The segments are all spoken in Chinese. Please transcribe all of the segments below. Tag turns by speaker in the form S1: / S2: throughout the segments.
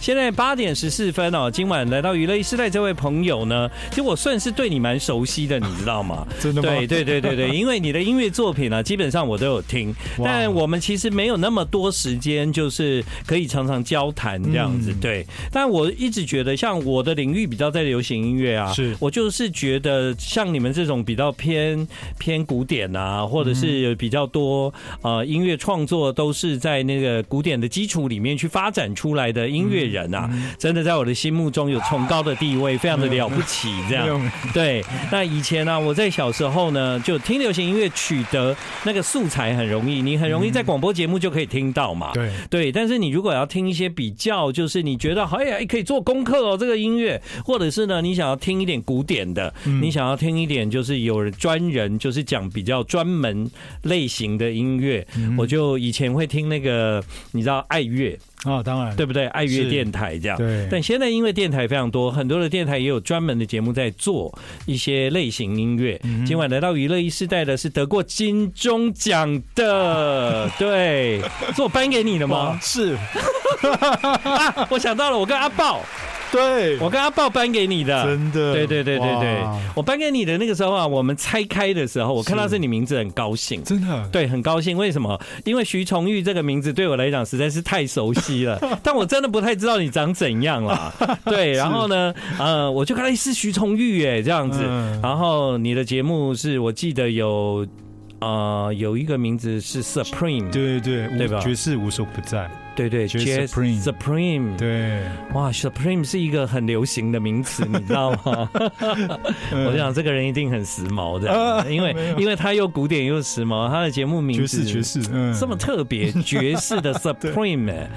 S1: 现在八点十四分哦，今晚来到娱乐一时代这位朋友呢，其实我算是对你蛮熟悉的，你知道吗？
S2: 真的吗
S1: 对对对对 对，因为你的音乐作品啊，基本上我都有听，
S2: 哇
S1: 但我们其实没有那么多时间，就是可以常常交谈这样子。
S2: 嗯
S1: 对，但我一直觉得，像我的领域比较在流行音乐啊，
S2: 是
S1: 我就是觉得像你们这种比较偏偏古典啊，或者是比较多呃音乐创作都是在那个古典的基础里面去发展出来的音乐人啊，真的在我的心目中有崇高的地位，非常的了不起。这
S2: 没 有
S1: 样
S2: 没有
S1: 对。那以前呢、我在小时候呢，就听流行音乐取得那个素材很容易，你很容易在广播节目就可以听到嘛。
S2: 对，
S1: 对，但是你如果要听一些比较，就是你觉得哎呀可以做功课哦，这个音乐，或者是呢，你想要听一点古典的，你想要听一点就是有人专人就是讲比较专门类型的音乐，
S2: 嗯
S1: 我就以前会听那个你知道爱乐，
S2: 啊，当然，
S1: 对不对？爱乐
S2: 是
S1: 电台这样。
S2: 对
S1: 但现在因为电台非常多，很多的电台也有专门的节目在做一些类型音乐。今晚来到娱乐一世代的是得过金钟奖的，对，是我颁给你的
S2: 哇
S1: 吗？
S2: 是，
S1: 啊， 我想到了，我跟阿 豹，
S2: 对，
S1: 我跟阿豹颁给你的，
S2: 真的
S1: 对对对对对
S2: 哇，
S1: 我颁给你的那个时候啊，我们拆开的时候，我看到是你名字，很高兴。
S2: 真的，
S1: 对，很高兴。为什么？因为徐崇玉这个名字对我来讲实在是太熟悉 了，但我真的不太知道你长怎样啦。对，然后呢，呃，我就看到是徐崇玉哎，这样子。
S2: 嗯
S1: 然后你的节目是我记得有，呃，有一个名字是 Supreme，
S2: 对对对，
S1: 对
S2: 无
S1: 吧
S2: 爵士无所不在，
S1: 对对
S2: 就是
S1: Jazz
S2: Supreme
S1: Supreme，
S2: 对，
S1: 哇，Supreme 是一个很流行的名词，你知道 吗？我
S2: 嗯
S1: 就想这个人一定很时髦
S2: 啊
S1: 的，因为
S2: 没有
S1: 因为他又古典又时髦，他的节目名
S2: 爵
S1: 字
S2: 士爵士，嗯，
S1: 这么特别爵士 的 Supreme 哎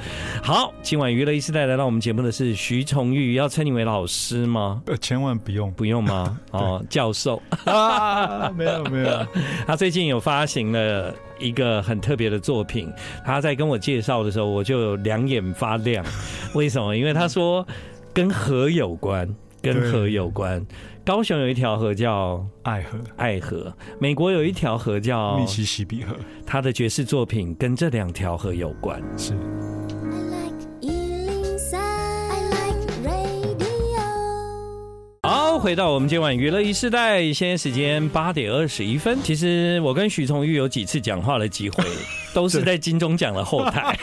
S1: 好，今晚娱乐一时代来到我们节目的是徐崇玉，要称你为老师吗？
S2: 呃，千万 不用
S1: 不用 吗？哦，教授，
S2: 啊，没有没有，
S1: 他最近有发行了一个很特别的作品。他在跟我介绍的时候，我就两眼发亮。为什么？因为他说跟河有关，跟河
S2: 对
S1: 有关。高雄有一条河叫
S2: 爱河，
S1: 爱河，美国有一条河叫
S2: 密西西比河
S1: 他的爵士作品跟这两条河有关。
S2: 是，
S3: I like Ealing Sound. I like radio.
S1: 好，回到我们今晚娱乐一时代，现在时间八点二十一分。其实我跟许崇玉有几次讲话的机 会，都是在金钟奖的后台。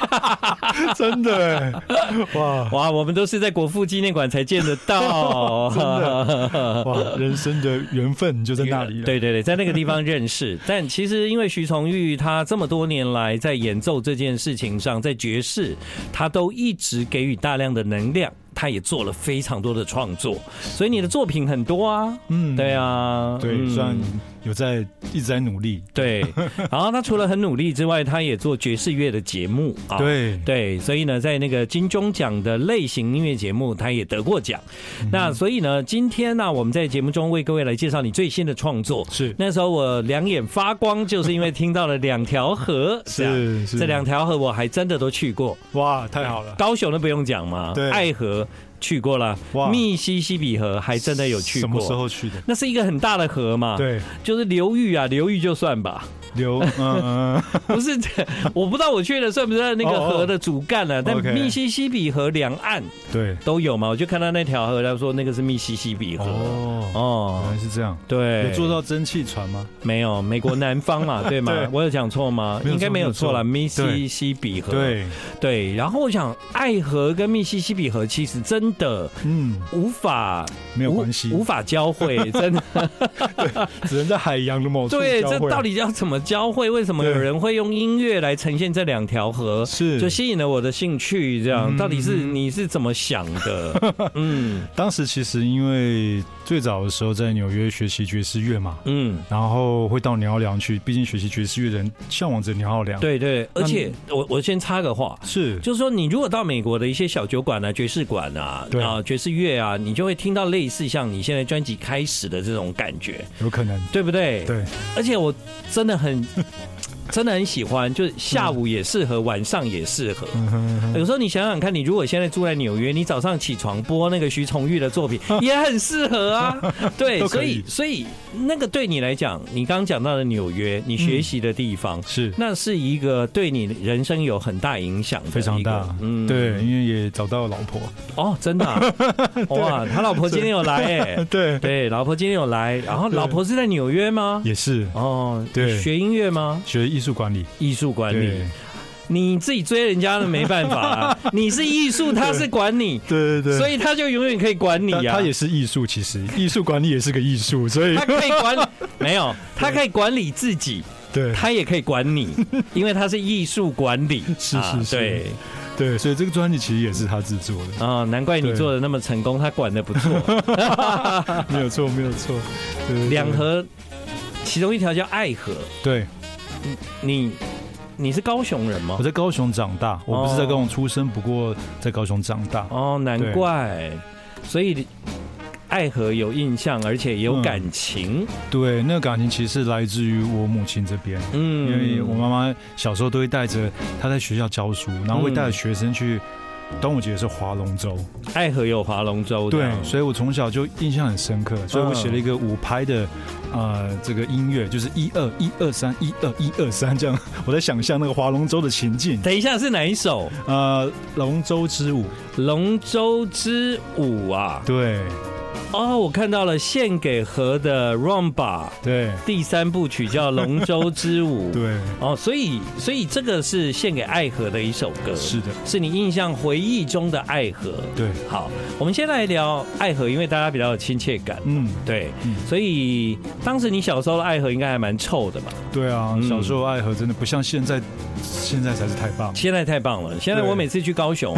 S2: 真的欸， 哇
S1: 哇，我们都是在国父纪念馆才见得 到，
S2: 真的哇，人生的缘分就在那里了，
S1: 对对对，在那个地方认识。但其实因为徐崇玉他这么多年来在演奏这件事情上，在爵士，他都一直给予大量的能量。他也做了非常多的创作，所以你的作品很多啊，
S2: 嗯
S1: 对啊，
S2: 对，
S1: 嗯
S2: 虽然有在一直在努力，
S1: 对，然后他除了很努力之外，他也做爵士乐的节 目啊。
S2: 对
S1: 对，所以呢，在那个金钟奖的类型音乐节目，他也得过奖。
S2: 嗯
S1: 那所以呢，今天呢、我们在节目中为各位来介绍你最新的创作。
S2: 是
S1: 那时候我两眼发光，就是因为听到了两条河，这样
S2: 是是
S1: 这两条河我还真的都去过。
S2: 哇，太好了，
S1: 高雄的不用讲嘛，
S2: 对
S1: 爱河去过了
S2: 哇，
S1: 密西西比河还真的有去
S2: 什
S1: 过
S2: 么。时候去的？
S1: 那是一个很大的河嘛，，
S2: 对，
S1: 就是流域啊，流域就算吧。
S2: 刘，嗯嗯，嗯
S1: 不是，我不知道我去的算不算那个河的主干了、但
S2: 哦 OK
S1: 密西西比河两岸
S2: 对，
S1: 都有嘛，我就看到那条河，他说那个是密西西比河。哦
S2: 哦，原来是这样，
S1: 对，
S2: 有做到蒸汽船吗？
S1: 没有？美国南方嘛， 对吗？
S2: 对
S1: 我有讲错吗？
S2: 没有错
S1: 应该没有错了，
S2: 没
S1: 密
S2: 有错
S1: 西西比河。
S2: 对，
S1: 对，然后我想，爱河跟密西西比河其实真的
S2: 嗯，
S1: 无法
S2: 没有
S1: 无
S2: 关系
S1: 无法交 汇，真的。
S2: 只能在海洋的某处
S1: 对，
S2: 交
S1: 这
S2: 汇啊
S1: 到底要怎么交汇？为什么有
S2: 对
S1: 人会用音乐来呈现这两条河？
S2: 是
S1: 就吸引了我的兴趣。这样，
S2: 嗯
S1: 到底是你是怎么想 的？嗯
S2: 当时其实因为最早的时候在纽约学习爵士乐嘛，
S1: 嗯，
S2: 然后会到鸟奥良去，毕竟学习爵士乐的人向往着鸟奥良。，
S1: 对对。
S2: 那
S1: 而且我我先插个话，
S2: 是，
S1: 就是说，你如果到美国的一些小酒馆啊、爵士馆啊、
S2: 对
S1: 啊爵士乐啊，你就会听到类似像你现在专辑开始的这种感觉，
S2: 有可能。
S1: 对不对？。
S2: 对，
S1: 而且我真的很 真的很喜欢，就是下午也适合，晚上也适合。
S2: 嗯哼哼
S1: 有时候你想想看，你如果现在住在纽约，你早上起床播那个徐崇玉的作 品也很适合啊。对，
S2: 都
S1: 所
S2: 可
S1: 以
S2: 以
S1: 所以那个对你来讲，你刚刚讲到的纽约，你学习的地方，
S2: 是
S1: 那是一个对你人生有很大影响的一个，
S2: 非常大，
S1: 嗯
S2: 对，因为也找到老婆，
S1: 哦，真的 啊、哇，他老婆今天有来哎、
S2: 对，
S1: 对，老婆今天有来，然后
S2: 对
S1: 老婆是在纽约吗？
S2: 也是
S1: 哦，
S2: 对
S1: 学音乐吗？
S2: 学艺术管理，
S1: 艺术管理
S2: 对，，
S1: 你自己追人家的没办法、 啊，你是艺术，他是管你，
S2: 对对对，
S1: 所
S2: 以
S1: 以他就永远可以管你
S2: 他
S1: 呀、
S2: 他也是艺术，其实艺术管理也是个艺术，所以
S1: 他可以 管，没有，他可以管理自己，
S2: 对
S1: 他也可以管 你，因为他是艺术管理，
S2: 是
S1: 啊
S2: 是是
S1: 对，
S2: 对，所以这个专辑其实也是他制作 的，
S1: 啊、难怪你
S2: 对
S1: 做的那么成功，他管的不 错。
S2: 没有错，没有错，对对对
S1: 两河，其中一条叫爱河，
S2: 对，
S1: 你你是高雄人吗
S2: 我？在高雄长大，我不是在高雄出生，不过在高雄长大。
S1: 哦，难怪，所以爱河有印象，而且有
S2: 嗯
S1: 感情。
S2: 对，那个感情其实是来自于我母亲这边，因为
S1: 嗯，
S2: 我妈妈小时候都会带着她在学校教书，然后会带着学生去。端午节的时候划龙舟，
S1: 爱河有划龙舟的
S2: 对，，所以我从小就印象很深刻，所以我写了一个五拍的，呃，这个音乐就是一二一二三一二一二三这样， 我在想象那个划龙舟的情境，
S1: 等一下是哪一首？
S2: 呃，龙舟之舞，
S1: 《龙舟之舞》啊！
S2: 对
S1: 哦，我看到了，献给河的 Rumba
S2: 对
S1: 第三部曲叫《龙舟之舞》。
S2: 对，
S1: 哦，所以所以这个是献给爱河的一首歌，
S2: 是的，
S1: 是你印象回忆中的爱河。
S2: 对，
S1: 好，我们先来聊爱河，因为大家比较有亲切感。
S2: 嗯，
S1: 对，
S2: 嗯
S1: 所以当时你小时候的爱河应该还蛮臭的吧？
S2: 对啊，
S1: 嗯
S2: 小时候爱河真的不像现在，现在才是太棒，
S1: 现在太棒了，现在
S2: 对
S1: 我每次去高 雄，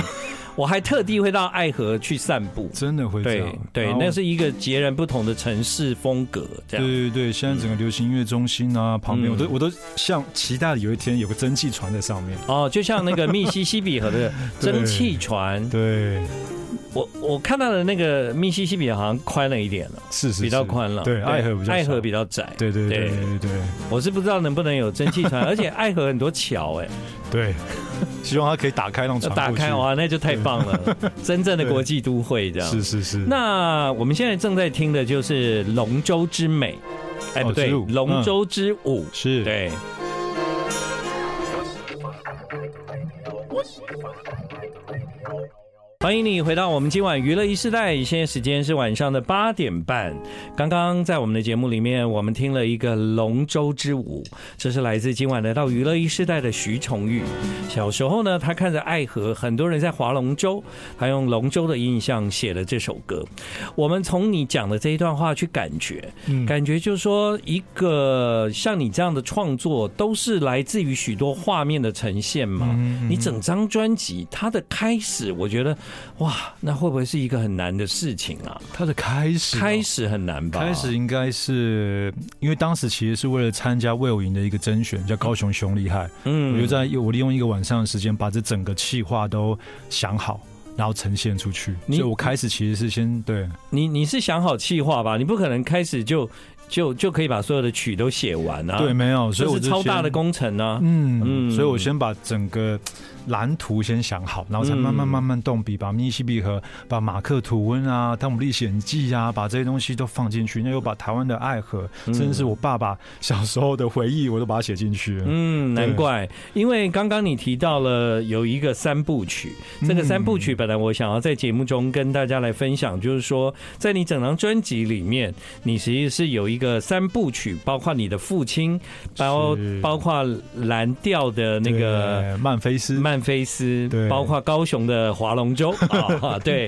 S1: 我还特地会到爱河去散步。
S2: 真的会这
S1: 对
S2: 样。
S1: 对
S2: 然，后
S1: 那是一个截然不同的城市风格，这
S2: 对
S1: 样。
S2: 对对，现在整个流行音乐中心啊，旁边我都我都像期待有一天有个蒸汽船在上面。
S1: 哦，就像那个密西西比河的
S2: 对
S1: 蒸汽船，
S2: 对，
S1: 我我看到的那个密西西比好像宽了一点了，
S2: 是是
S1: 比较
S2: 是
S1: 宽了。
S2: 对，爱河比较
S1: 爱河
S2: 少
S1: 比较窄。
S2: 对对对
S1: 对
S2: 对对
S1: 我是不知道能不能有蒸汽 船，而且爱河很多桥，哎，
S2: 对，希望它可以打开让
S1: 要
S2: 船
S1: 打
S2: 过
S1: 开
S2: 去。
S1: 哇，那就太棒了，真正的国际都会这样。
S2: 是是是，
S1: 那我们现在正在听的就是《龙舟之美》，哎，
S2: 哦
S1: 不对，
S2: 之舞
S1: 《龙舟之舞》
S2: 是
S1: 对。欢迎你回到我们今晚娱乐一世代，现在时间是晚上的八点半。刚刚在我们的节目里面，我们听了一个《龙舟之舞》，这是来自今晚来到娱乐一世代的徐崇玉。小时候呢，他看着爱河，很多人在划龙舟，他用龙舟的印象写了这首歌。我们从你讲的这一段话去感觉，
S2: 嗯
S1: 感觉就是说，一个像你这样的创作，都是来自于许多画面的呈现嘛。
S2: 嗯
S1: 你整张专辑它的开始，我觉得，哇，那会不会是一个很难的事情啊？
S2: 它的开始哦
S1: 开始很难吧？
S2: 开始应该是因为当时其实是为了参加魏武营的一个甄选，叫高雄熊厉害。
S1: 嗯，
S2: 我就在我利用一个晚上的时间，把这整个企划都想好，然后呈现出去。
S1: 你
S2: 所以我开始其实是先对
S1: 你你是想好气话吧？你不可能开始就就就可以把所有的曲都写完啊？
S2: 对，没有，所以
S1: 这
S2: 我
S1: 是
S2: 就
S1: 超大
S2: 先
S1: 的工程啊。
S2: 嗯
S1: 嗯
S2: 嗯，所以我先把整个蓝图先想好，然后才慢慢
S1: 嗯
S2: 慢慢动笔，把密西比河、把马克吐温啊、汤姆历险记啊，把这些东西都放进去。那又把台湾的爱河，
S1: 嗯
S2: 甚至是我爸爸小时候的回忆，我都把它写进去了。
S1: 嗯，
S2: 对
S1: 难怪，因为刚刚你提到了有一个三部曲，这
S2: 嗯
S1: 个三部曲本来我想要在节目中跟大家来分享，就是说，在你整张专辑里面，你其实是有一个三部曲，包括你的父亲，包
S2: 是
S1: 包括蓝调的那个
S2: 对曼菲斯，
S1: 曼菲斯，
S2: 对
S1: 包括高雄的划龙舟啊，对，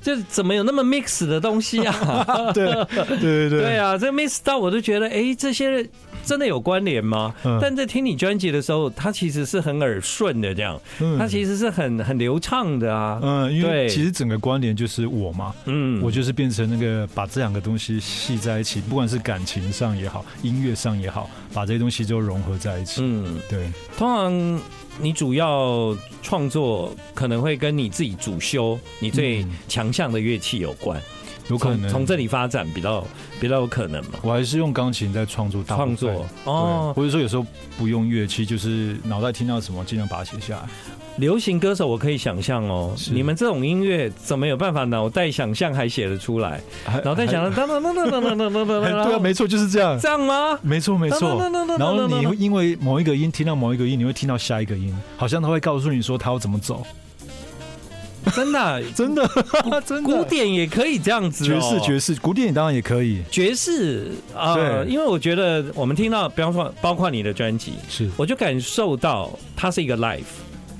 S1: 这怎么有那么 mix 的东西啊？
S2: 对对 对
S1: 对啊，这 mix 到我都觉得，哎，这些真的有关联吗？
S2: 嗯
S1: 但在听你专辑的时候，它其实是很耳顺的，这样，
S2: 嗯
S1: 它其实是很很流畅的啊。
S2: 嗯，因
S1: 对
S2: 为其实整个观点就是我嘛，
S1: 嗯，
S2: 我就是变成那个把这两个东西系在一起，不管是感情上也好，音乐上也好，把这些东西都融合在一起。
S1: 嗯，
S2: 对，
S1: 通常你主要创作可能会跟你自己主修你最
S2: 嗯
S1: 强项的乐器有关。
S2: 有可
S1: 从
S2: 能
S1: 从这里发展比较比较有可能嘛。
S2: 我还是用钢琴在创作大部
S1: 创
S2: 分
S1: 作
S2: 对，
S1: 哦，
S2: 或者说有时候不用乐器，就是脑袋听到什么尽量把它写下来。
S1: 流行歌手我可以想象哦，
S2: 是
S1: 你们这种音乐怎么有办法脑袋想象还写得出来？
S2: 呃还
S1: 脑袋想到当当当当当当当当当
S2: 还
S1: 当，
S2: 对啊，没错，就是这样
S1: 这，样吗？
S2: 没错没错。然后你会因为某一个音听到某一个音，你会听到下一个音，好像他会告诉你说他要怎么走，
S1: 真的啊
S2: 真的 真
S1: 古
S2: 的。
S1: 典啊也可以这样子
S2: 爵
S1: 哦，
S2: 士爵士，古典当然也可以，
S1: 爵士啊，呃
S2: 对
S1: 因为我觉得我们听到，比方说包括你的专辑，
S2: 是
S1: 我就感受到它是一个 live，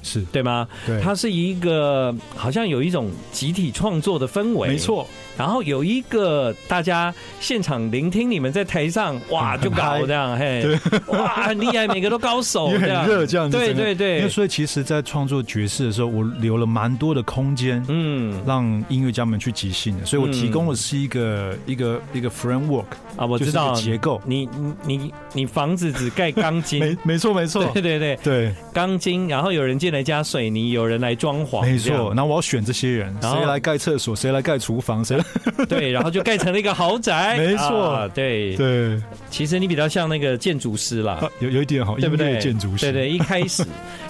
S2: 是，
S1: 对吗？
S2: 对，
S1: 它是一个好像有一种集体创作的氛围，
S2: 没。错，
S1: 然后有一个大家现场聆听你们在台上哇就搞
S2: 嗨
S1: 这样嘿，哇很厉害，每个都高手
S2: 因为
S1: 这
S2: 很
S1: 样，
S2: 热这样子，
S1: 对
S2: 整个
S1: 对
S2: 因为
S1: 对，
S2: 所以其实，在创作爵士的时候，我留了蛮多的空间，
S1: 嗯
S2: 让音乐家们去即兴的，所以我提供的是一个、一个一个 framework，
S1: 啊，嗯我
S2: 就
S1: 知
S2: 是一个
S1: 道
S2: 结构。
S1: 你你你你房子只盖钢筋
S2: 没。没错没错，
S1: 对对对，
S2: 对，
S1: 钢筋，然后有人进来加水泥，有人来装潢，
S2: 没
S1: 这
S2: 错。
S1: 样，
S2: 然后我要选这些人，
S1: 然后
S2: 谁来盖厕所，谁来盖厨房，谁来
S1: 对，然后就盖成了一个豪宅，
S2: 没错
S1: 啊对
S2: 对，
S1: 其实你比较像那个建筑师啦，
S2: 啊有有一点好，
S1: 对
S2: 音
S1: 不对？
S2: 乐建筑师，
S1: 对对，一开 始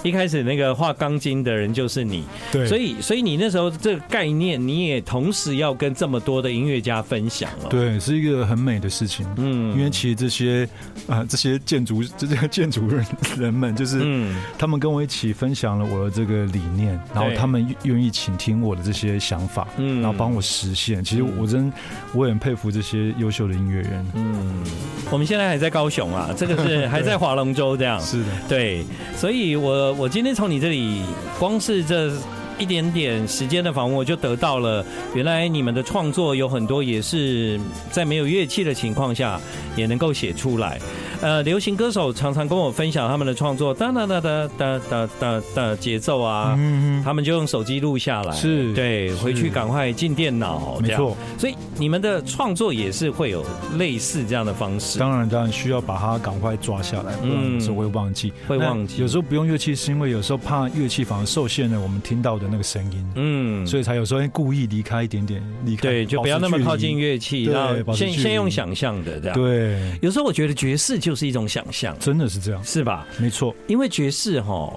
S1: 一开始那个画钢筋的人就是你，
S2: 对
S1: 所以所以你那时候这个概念，你也同时要跟这么多的音乐家分享哦，，
S2: 对是一个很美的事情。
S1: 嗯
S2: 因为其实这些啊、这些建筑 这些建筑人人们，就是、
S1: 嗯
S2: 他们跟我一起分享了我的这个理念，然后
S1: 对
S2: 他们愿意倾听我的这些想法，
S1: 嗯
S2: 然后帮我实现。其实我真我也很佩服这些优秀的音乐人。
S1: 嗯，我们现在还在高雄啊，这个 是还在划龙舟这样，
S2: 是的，
S1: 对，所以我我今天从你这里，光是这一点点时间的访问，我就得到了，原来你们的创作有很多也是在没有乐器的情况下也能够写出来。呃，流行歌手常常跟我分享他们的创作，哒哒哒哒哒哒哒哒节奏啊，
S2: 嗯，
S1: 他们就用手机录下来，
S2: 是
S1: 对，回去赶快进电脑，
S2: 没
S1: 这样。
S2: 错，
S1: 所以你们的创作也是会有类似这样的方式，
S2: 当然当然需要把它赶快抓下来，不然
S1: 嗯
S2: 有时候会忘记。
S1: 会忘记
S2: 那有时候不用乐器，是因为有时候怕乐器反而受限了我们听到的那个声音，
S1: 嗯
S2: 所以才有时候会故意离开一点点，离开
S1: 对，就不要那么靠近。乐器，
S2: 对
S1: 然后
S2: 保持
S1: 先
S2: 距离
S1: 先用想象的这样。
S2: 保持距离，对，
S1: 有时候我觉得爵士就是一种想象，
S2: 真的是这样，
S1: 是吧？
S2: 没错。
S1: 因为爵士哈，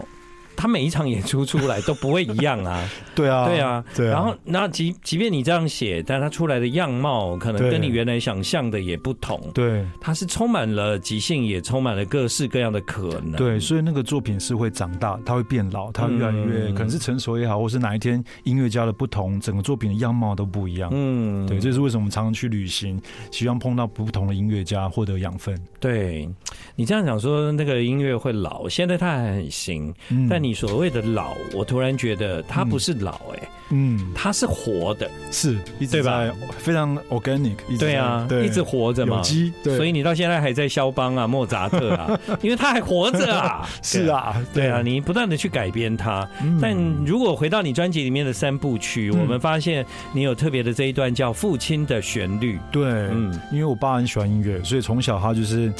S1: 他每一场演出出来都不会一样啊，
S2: 对 啊，
S1: 对啊。
S2: 对啊。
S1: 然后，那即即便你这样写，但他出来的样貌可能
S2: 对
S1: 跟你原来想象的也不同。
S2: 对
S1: 它是充满了即兴，也充满了各式各样的可能。
S2: 对，所以那个作品是会长大，它会变老，它会越来越、
S1: 嗯
S2: 可能是成熟也好，或是哪一天音乐家的不同，整个作品的样貌都不一样。
S1: 嗯
S2: 对，这是为什么我们常常去旅行，希望碰到不同的音乐家，获得养分。
S1: 对，你这样讲说那个音乐会老，现在它还很新，
S2: 嗯
S1: 但你所谓的老，我突然觉得它不是老、哎、
S2: 嗯
S1: 它是活的，
S2: 是一直
S1: 对吧
S2: 在非常 organic，一直在
S1: 对啊，一直活着嘛
S2: 有。机，对，
S1: 所以你到现在还在肖邦啊、莫扎特 啊，因为他还活着啊。
S2: 是啊，
S1: 对啊，对啊，你不断的去改编它。
S2: 嗯
S1: 但如果回到你专辑里面的三部曲，
S2: 嗯
S1: 我们发现你有特别的这一段叫《父亲的旋律》。
S2: 对，
S1: 嗯
S2: 因为我爸很喜欢音乐，所以从小他就是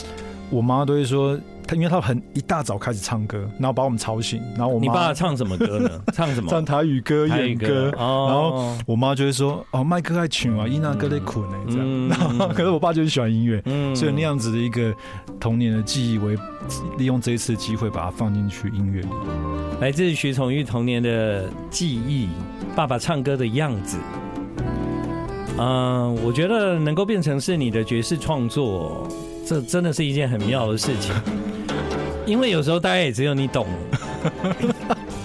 S2: 我妈都会说他，因为他很一大早开始唱歌，然后把我们吵醒，然后我
S1: 你爸
S2: 妈
S1: 唱什么歌呢？唱什么？
S2: 唱台语歌、
S1: 台
S2: 演
S1: 语
S2: 歌，
S1: 哦，
S2: 我妈就会说哦，麦克爱群啊，伊娜哥在苦呢这样。
S1: 嗯
S2: 然后可是我爸就是喜欢音乐，
S1: 嗯
S2: 所以那样子的一个童年的记忆为利用这一次机会把它放进去音乐里。
S1: 来自徐崇玉童年的记忆，爸爸唱歌的样子。嗯、我觉得能够变成是你的爵士创作，这真的是一件很妙的事情。 因为有时候大家也只有你 懂，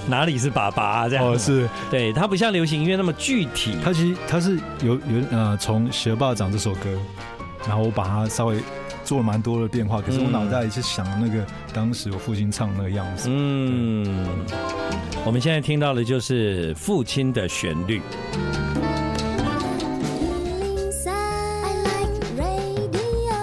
S1: 哪里是爸爸、这样。
S2: 哦，是
S1: 对，它不像流行音乐那么具体。
S2: 他其实他是有有呃从《学霸掌》这首歌，然后我把它稍微做了蛮多的变化，可是我
S1: 嗯
S2: 脑袋也是想那个当时我父亲唱那个样子。
S1: 嗯，我们现在听到的就是父亲的旋律。
S3: 103. I like radio.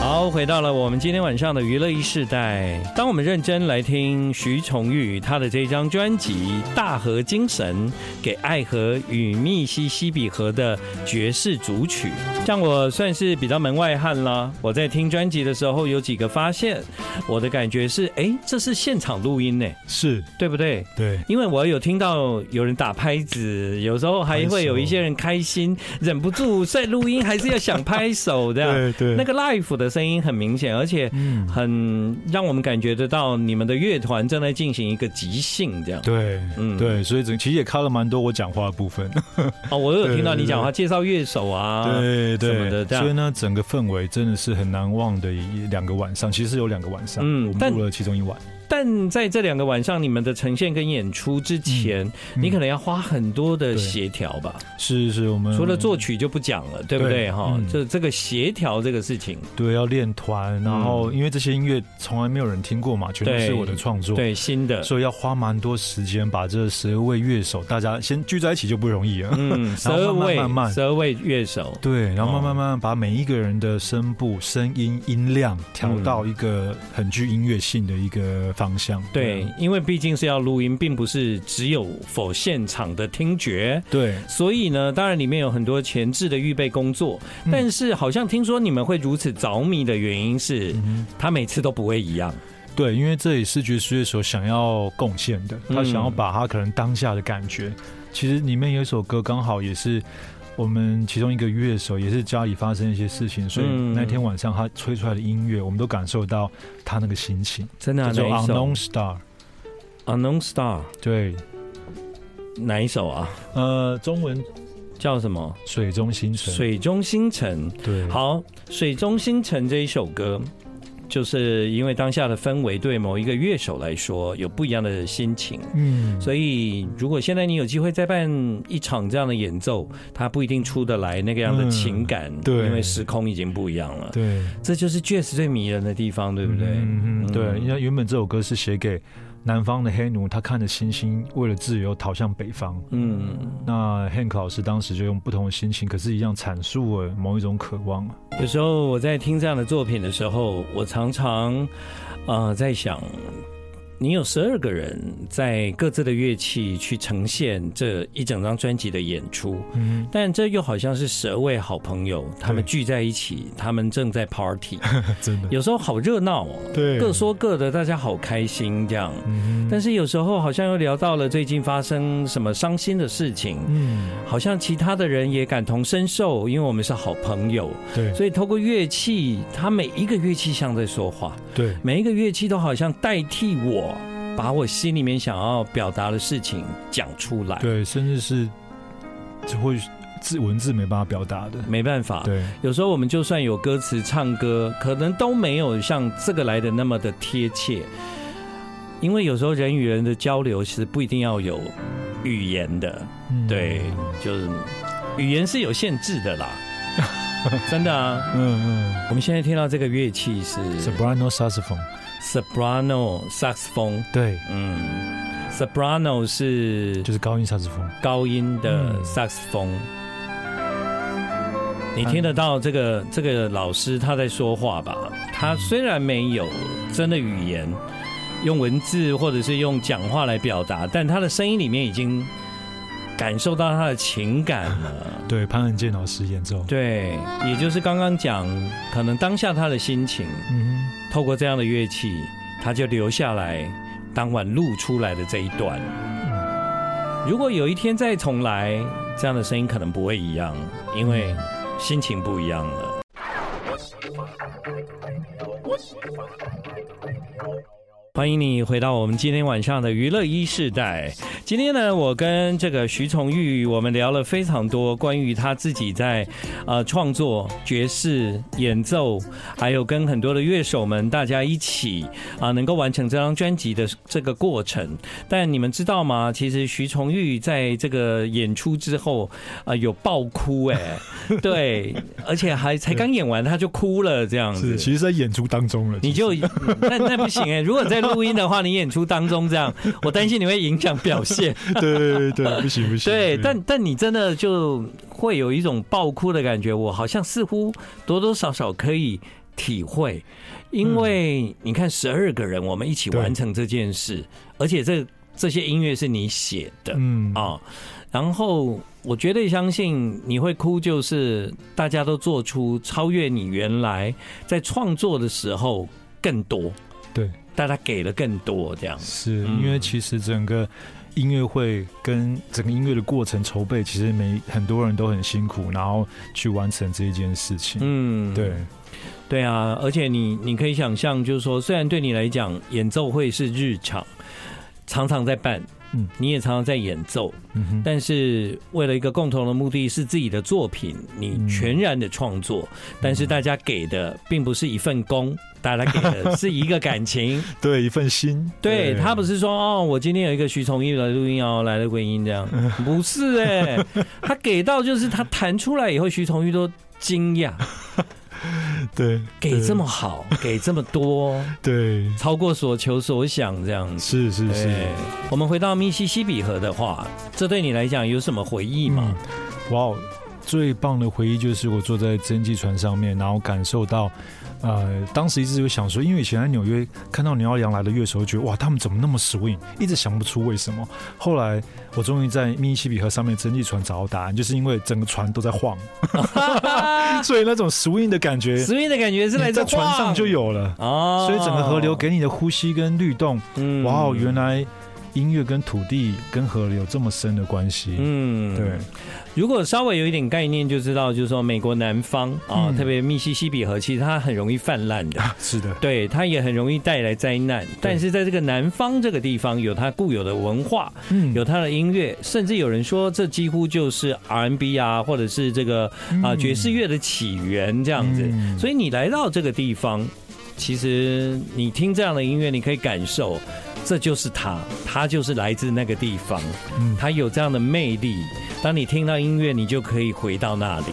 S1: 啊、好，回到了我们今天晚上的娱乐一世代。当我们认真来听徐崇玉他的这张专辑《大河精神》，给爱河与密西西比河的爵士组曲，像我算是比较门外汉啦。我在听专辑的时候有几个发现，我的感觉是，哎，这是现场录音呢，
S2: 是
S1: 对不对？
S2: 对，
S1: 因为我有听到有人打拍子，有时候还会有一些人开心，忍不住在录音还是要想拍手的。
S2: 对对，
S1: 那个 live 的声音很明显，而且
S2: 嗯，
S1: 很让我们感觉得到你们的乐团正在进行一个即兴这样。
S2: 对。
S1: 嗯，
S2: 对，所以整其实也看了蛮多我讲话的部分，
S1: 哦，我有听到
S2: 对对
S1: 你讲话介绍乐手啊，
S2: 对
S1: 什么的
S2: 对，
S1: 这样
S2: 所以呢，整个氛围真的是很难忘的一两个晚上，其实有两个晚上，
S1: 嗯
S2: 我
S1: 但
S2: 们录了其中一晚，
S1: 但在这两个晚上，你们的呈现跟演出之
S2: 嗯
S1: 前，你可能要花很多的
S2: 对
S1: 协调吧。
S2: 是是，我们
S1: 除了作曲就不讲了，对不对？
S2: 嗯对
S1: 哈
S2: 嗯，
S1: 这这个协调这个事情，
S2: 对，要练团，然后因为这些音乐从来没有人听过嘛，全
S1: 嗯
S2: 部
S1: 对
S2: 是我的创作，，
S1: 对新的，
S2: 所以要花蛮多时间把这十位乐手大家先聚在一起就不容易了。
S1: 嗯，十
S2: 然
S1: 二
S2: 后慢慢
S1: 位
S2: 慢慢
S1: 十二位乐手，
S2: 对，然后
S1: 哦
S2: 慢慢慢慢把每一个人的声部、声音、音量调到一个很具音乐性的一个方向。
S1: 对，因为毕竟是要录音，并不是只有否现场的听觉。
S2: 对，
S1: 所以呢，当然里面有很多前置的预备工作，
S2: 嗯
S1: 但是好像听说你们会如此着迷的原因是，
S2: 嗯
S1: 他每次都不会一样。
S2: 对，因为这也是爵士乐手想要贡献的，他
S1: 嗯
S2: 想要把他可能当下的感觉。其实里面有一首歌刚好也是。我们其中一个乐手也是家里发生一些事情，所以
S1: 嗯
S2: 那天晚上他吹出来的音乐，我们都感受到他那个心情。
S1: 真的、啊
S2: 叫、做
S1: 哪一首
S2: Unknown Star，
S1: ？Unknown Star
S2: 对，
S1: 哪一首啊？
S2: 呃，中文
S1: 叫什么？
S2: 水中星辰，
S1: 水中星辰。
S2: 对，
S1: 好，《水中星辰》这一首歌，就是因为当下的氛围对某一个乐手来说有不一样的心情。
S2: 嗯，
S1: 所以，如果现在你有机会再办一场这样的演奏，它不一定出得来那个样的情感，
S2: 对
S1: 因为时空已经不一样了。
S2: 对，
S1: 这就是 jazz 最迷人的地方，对不对？
S2: 嗯嗯，对，因为原本这首歌是写给南方的黑奴，他看着星星为了自由逃向北方。
S1: 嗯，
S2: 那 Hank 老师当时就用不同的心情，可是一样阐述了某一种渴望。
S1: 有时候我在听这样的作品的时候，我常常呃在想，你有十二个人在各自的乐器去呈现这一整张专辑的演出，
S2: 嗯，
S1: 但这又好像是十二位好朋友，他们
S2: 对
S1: 聚在一起，他们正在 party，
S2: 真的，
S1: 有时候好热闹哦，
S2: 对
S1: 各说各的，大家好开心这样。
S2: 嗯
S1: 但是有时候好像又聊到了最近发生什么伤心的事情，
S2: 嗯，
S1: 好像其他的人也感同身受，因为我们是好朋友，
S2: 对
S1: 所以透过乐器，它每一个乐器像在说话，
S2: 对
S1: 每一个乐器都好像代替我，把我心里面想要表达的事情讲出来。
S2: 对，甚至是就会字文字没办法表达的。
S1: 没办法，
S2: 对，
S1: 有时候我们就算有歌词唱歌，可能都没有像这个来的那么的贴切，因为有时候人与人的交流其实不一定要有语言的，
S2: 嗯
S1: 对，就是语言是有限制的 啦，真的啊。
S2: 嗯
S1: 我们现在听到这个乐器是
S2: 嗯，soprano saxophone，
S1: soprano 萨克斯风，
S2: 对，
S1: 嗯，soprano 是
S2: 就是高音萨克斯风。
S1: 高音的
S2: 嗯
S1: 萨克斯风。你听得到这个这个老师他在说话吧？他虽然没有真的语言，用文字或者是用讲话来表达，但他的声音里面已经感受到他的情感了。
S2: 对，潘仁健老师演奏。
S1: 对，也就是刚刚讲，可能当下他的心情，
S2: 嗯哼。
S1: 透过这样的乐器，他就留下来当晚录出来的这一段。如果有一天再重来，这样的声音可能不会一样，因为心情不一样了。欢迎你回到我们今天晚上的娱乐一世代。今天呢，我跟这个徐崇玉，我们聊了非常多关于他自己在呃创作爵士演奏，还有跟很多的乐手们大家一起啊、能够完成这张专辑的这个过程。但你们知道吗？其实徐崇玉在这个演出之后啊、有爆哭哎、对，而且还才刚演完他就哭了这样子
S2: 是，。其实，在演出当中了，
S1: 你
S2: 其实
S1: 就那那不行哎、如果在录音的话，你演出当中这样，我担心你会影响表现。
S2: 对对对对，不行不行，
S1: 对，但但你真的就会有一种爆哭的感觉，我好像似乎多多少少可以体会，因为你看十二个人我们一起
S2: 嗯对
S1: 完成这件事，而且这这些音乐是你写的啊、
S2: 嗯，
S1: 哦然后我绝对相信你会哭，就是大家都做出超越你原来在创作的时候更多，
S2: 对，
S1: 大家给了更多这样。
S2: 是
S1: 嗯
S2: 因为其实整个音乐会跟整个音乐的过程筹备，其实每很多人都很辛苦，然后去完成这一件事情。
S1: 嗯，
S2: 对，
S1: 对啊，而且你你可以想象，就是说，虽然对你来讲，演奏会是日常，常常在办，
S2: 嗯
S1: 你也常常在演奏，
S2: 嗯哼，
S1: 但是为了一个共同的目的是自己的作品，你
S2: 嗯
S1: 全然的创作，但是大家给的并不是一份工，大家给的是一个感 情。
S2: 对一份心，
S1: 对他不是说哦，我今天有一个徐崇义的录音哦，来了回音这 样，不是哎、他给到就是他弹出来以后，徐崇义都惊讶，
S2: 对
S1: 给这么好， 给这么多，
S2: 对，
S1: 超过所求所想这样子。
S2: 是是是。
S1: 对，我们回到密西西比河的话，这对你来讲有什么回忆吗？
S2: 嗯哇、哦，最棒的回忆就是我坐在蒸汽船上面，然后感受到。呃，当时一直有想说，因为以前在纽约看到鸟羊来的乐手，觉得哇，他们怎么那么 swing，一直想不出为什么。后来我终于在密西西比河上面蒸汽船找到答案，就是因为整个船都在晃，嗯 所以那种 swing 的感觉
S1: 死命的感觉啊是来
S2: 你
S1: 自
S2: 在船上就有了。
S1: 哦，
S2: 所以整个河流给你的呼吸跟律动，
S1: 嗯
S2: 哇哦，原来音乐跟土地跟河流有这么深的关系。
S1: 嗯
S2: 对，
S1: 如果稍微有一点概念就知道，就是说美国南方啊，
S2: 嗯
S1: 特别密西西比河，其实它很容易泛滥的，
S2: 是的，
S1: 对，它也很容易带来灾难。但是在这个南方这个地方，有它固有的文化，
S2: 嗯
S1: 有啊它的音乐，甚至有人说这几乎就是 R&B 啊，或者是这个啊
S2: 嗯
S1: 爵士乐的起源这
S2: 这
S1: 样子。
S2: 嗯
S1: 所以你来到这个地方，其实你听这样的音乐，你可以感受，这就是它，它就是来自那个地方，
S2: 嗯
S1: 它有这样的魅力。当你听到音乐，你就可以回到那里。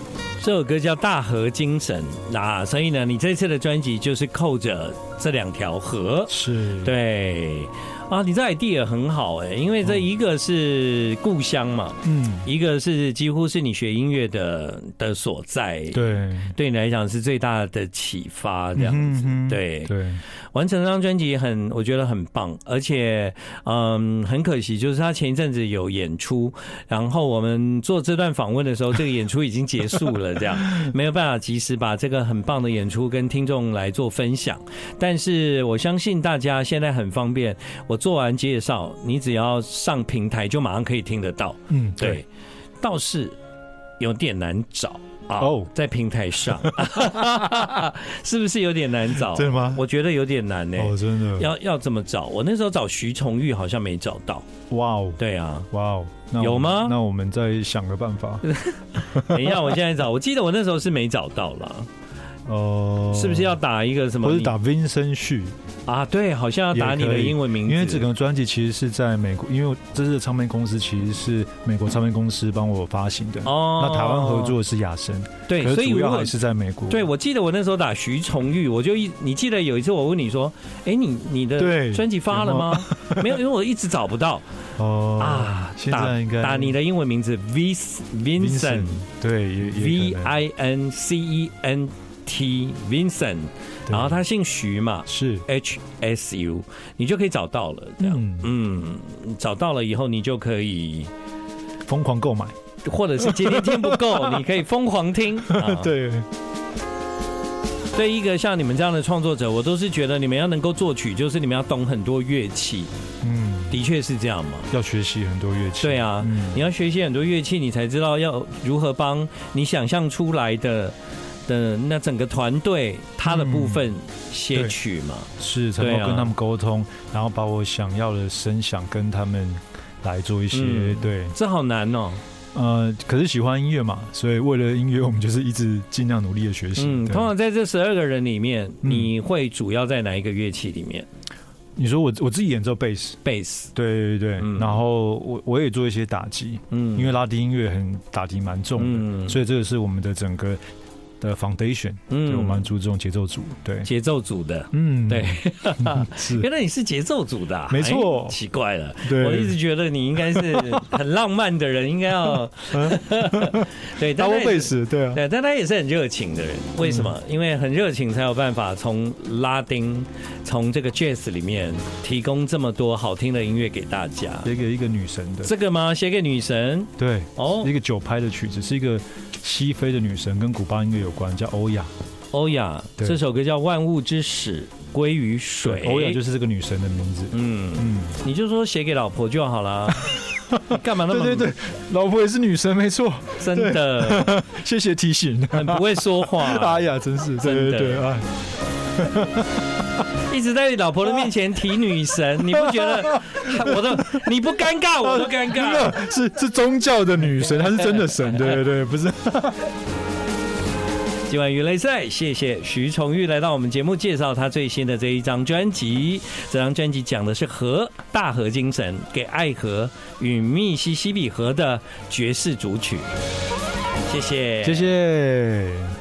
S1: 这首歌叫《大河精神》，那所以呢，你这次的专辑就是扣着这两条河。
S2: 是，
S1: 对，啊，你这 idea 很好哎、因为这一个是故乡嘛，
S2: 嗯，
S1: 一个是几乎是你学音乐的的所在，
S2: 对，
S1: 对你来讲是最大的启发，这样。
S2: 嗯哼
S1: 对，
S2: 对，
S1: 完成这张专辑很，我觉得很棒，而且，嗯，很可惜，就是他前一阵子有演出，然后我们做这段访问的时候，这个演出已经结束了，这样没有办法及时把这个很棒的演出跟听众来做分享。但是我相信大家现在很方便，我做完介绍，你只要上平台就马上可以听得到。
S2: 嗯，
S1: 对，倒是有点难找啊。
S2: 哦
S1: 在平台 上， 是不是有点难找？
S2: 哦真的吗？
S1: 我觉得有点难呢、欸
S2: 哦，真的，
S1: 哦要要怎么找？我那时候找徐崇玉好像没找到。
S2: 哇哦，
S1: 对啊，
S2: 哇哦，那我
S1: 有
S2: 们
S1: 吗
S2: 那我们再想个办 法，
S1: 等一下，我现在找。我记得我那时候是没找到了，
S2: 哦，
S1: 是不是要？打一个什么？
S2: 或者打 Vincent 旭，
S1: 啊？对，好像要打你
S2: 也
S1: 的
S2: 可以
S1: 英文名
S2: 因
S1: 字。
S2: 为整个专辑其实是在美国，因为我这次的唱片公司其实是美国唱片公司帮我发行的。
S1: 哦
S2: 那台湾合作的是雅生，
S1: 对，
S2: 可
S1: 所
S2: 是
S1: 以
S2: 主
S1: 如
S2: 要
S1: 果
S2: 还是在美国。
S1: 对，我记得我那时候打徐崇玉，我就一你记得有一次我问你说，哎，你你的
S2: 对
S1: 专辑发了吗？ 没有，因为我一直找不到
S2: 哦
S1: 啊。
S2: 现
S1: 打
S2: 在应该
S1: 打你的英文名字 Vic Vincent
S2: 对，也也
S1: V
S2: 可能
S1: I N C E N T Vincent，
S2: 对
S1: 然后他姓徐嘛
S2: 是
S1: ，H S U，你就可以找到了。这样，
S2: 嗯，
S1: 嗯，找到了以后，你就可以，
S2: 疯狂购买。
S1: 或者是今天听不 够，你可以疯狂听。啊
S2: 对，
S1: 对一个像你们这样的创作者，我都是觉得你们要能够作曲，就是你们要懂很多乐器，
S2: 嗯，
S1: 的确是这样嘛。
S2: 要学习很多乐器。
S1: 对啊，
S2: 嗯
S1: 你要学习很多乐器，你才知道要如何帮你想象出来的的那整个团队它的部分写曲嘛。
S2: 是才能
S1: 对啊
S2: 够跟他们沟通，然后把我想要的声响跟他们来做一些、
S1: 嗯
S2: 对，
S1: 这好难哦，
S2: 呃，可是喜欢音乐嘛，所以为了音乐，我们就是一直尽量努力的学习。
S1: 嗯，
S2: 对
S1: 通常在这十二个人里面，
S2: 嗯
S1: 你会主要在哪一个乐器里面？
S2: 你说我我自己演奏贝斯，
S1: 贝斯，
S2: 对对对，
S1: 嗯
S2: 然后我我也做一些打击，
S1: 嗯
S2: 因为拉丁音乐很打击蛮重的，
S1: 嗯
S2: 所以这个是我们的整个的 foundation，对我蛮注重节奏组，对，
S1: 节奏组的。
S2: 嗯，
S1: 对，
S2: 是
S1: 原来你是节奏组的啊、
S2: 没错
S1: 哎奇怪了，
S2: 对
S1: 我一直觉得你应该是很浪漫的人，应该 要 对，但他
S2: double
S1: 也
S2: 嗯 bass，对啊，
S1: 对，但他也是很热情的人。为什
S2: 嗯
S1: 么？因为很热情，才有办法从拉丁、从这个 jazz 里面提供这么多好听的音乐给大家。
S2: 写给一个女神的，
S1: 这个吗？写给女神
S2: 对，
S1: 哦
S2: 一，个九拍的曲子，是一个西非的女神，跟古巴音乐有关，叫欧亚，
S1: 欧亚
S2: 对
S1: 哦这首歌叫《万物之始归于水》。
S2: 欧亚就是这个女神的名字。
S1: 嗯，
S2: 嗯，
S1: 你就说写给老婆就好啦。 你干嘛那
S2: 对
S1: 么
S2: 对对，老婆也是女神，没错，
S1: 真的
S2: 谢谢提醒。
S1: 很不会说话
S2: 哎，呀，真是，
S1: 真
S2: 对
S1: 的啊
S2: 对对，哎，
S1: 一直在老婆的面前提女神，你不觉得 我都你不尴尬，我都尴
S2: 没
S1: 尬。
S2: 有，是是宗教的女神，她是真的神，对对对，不是。
S1: 今晚娱乐赛，谢谢徐崇玉来到我们节目，介绍他最新的这一张专辑。这张专辑讲的是河大河精神，给爱河与密西 西比河的爵士组曲。谢谢，
S2: 谢谢。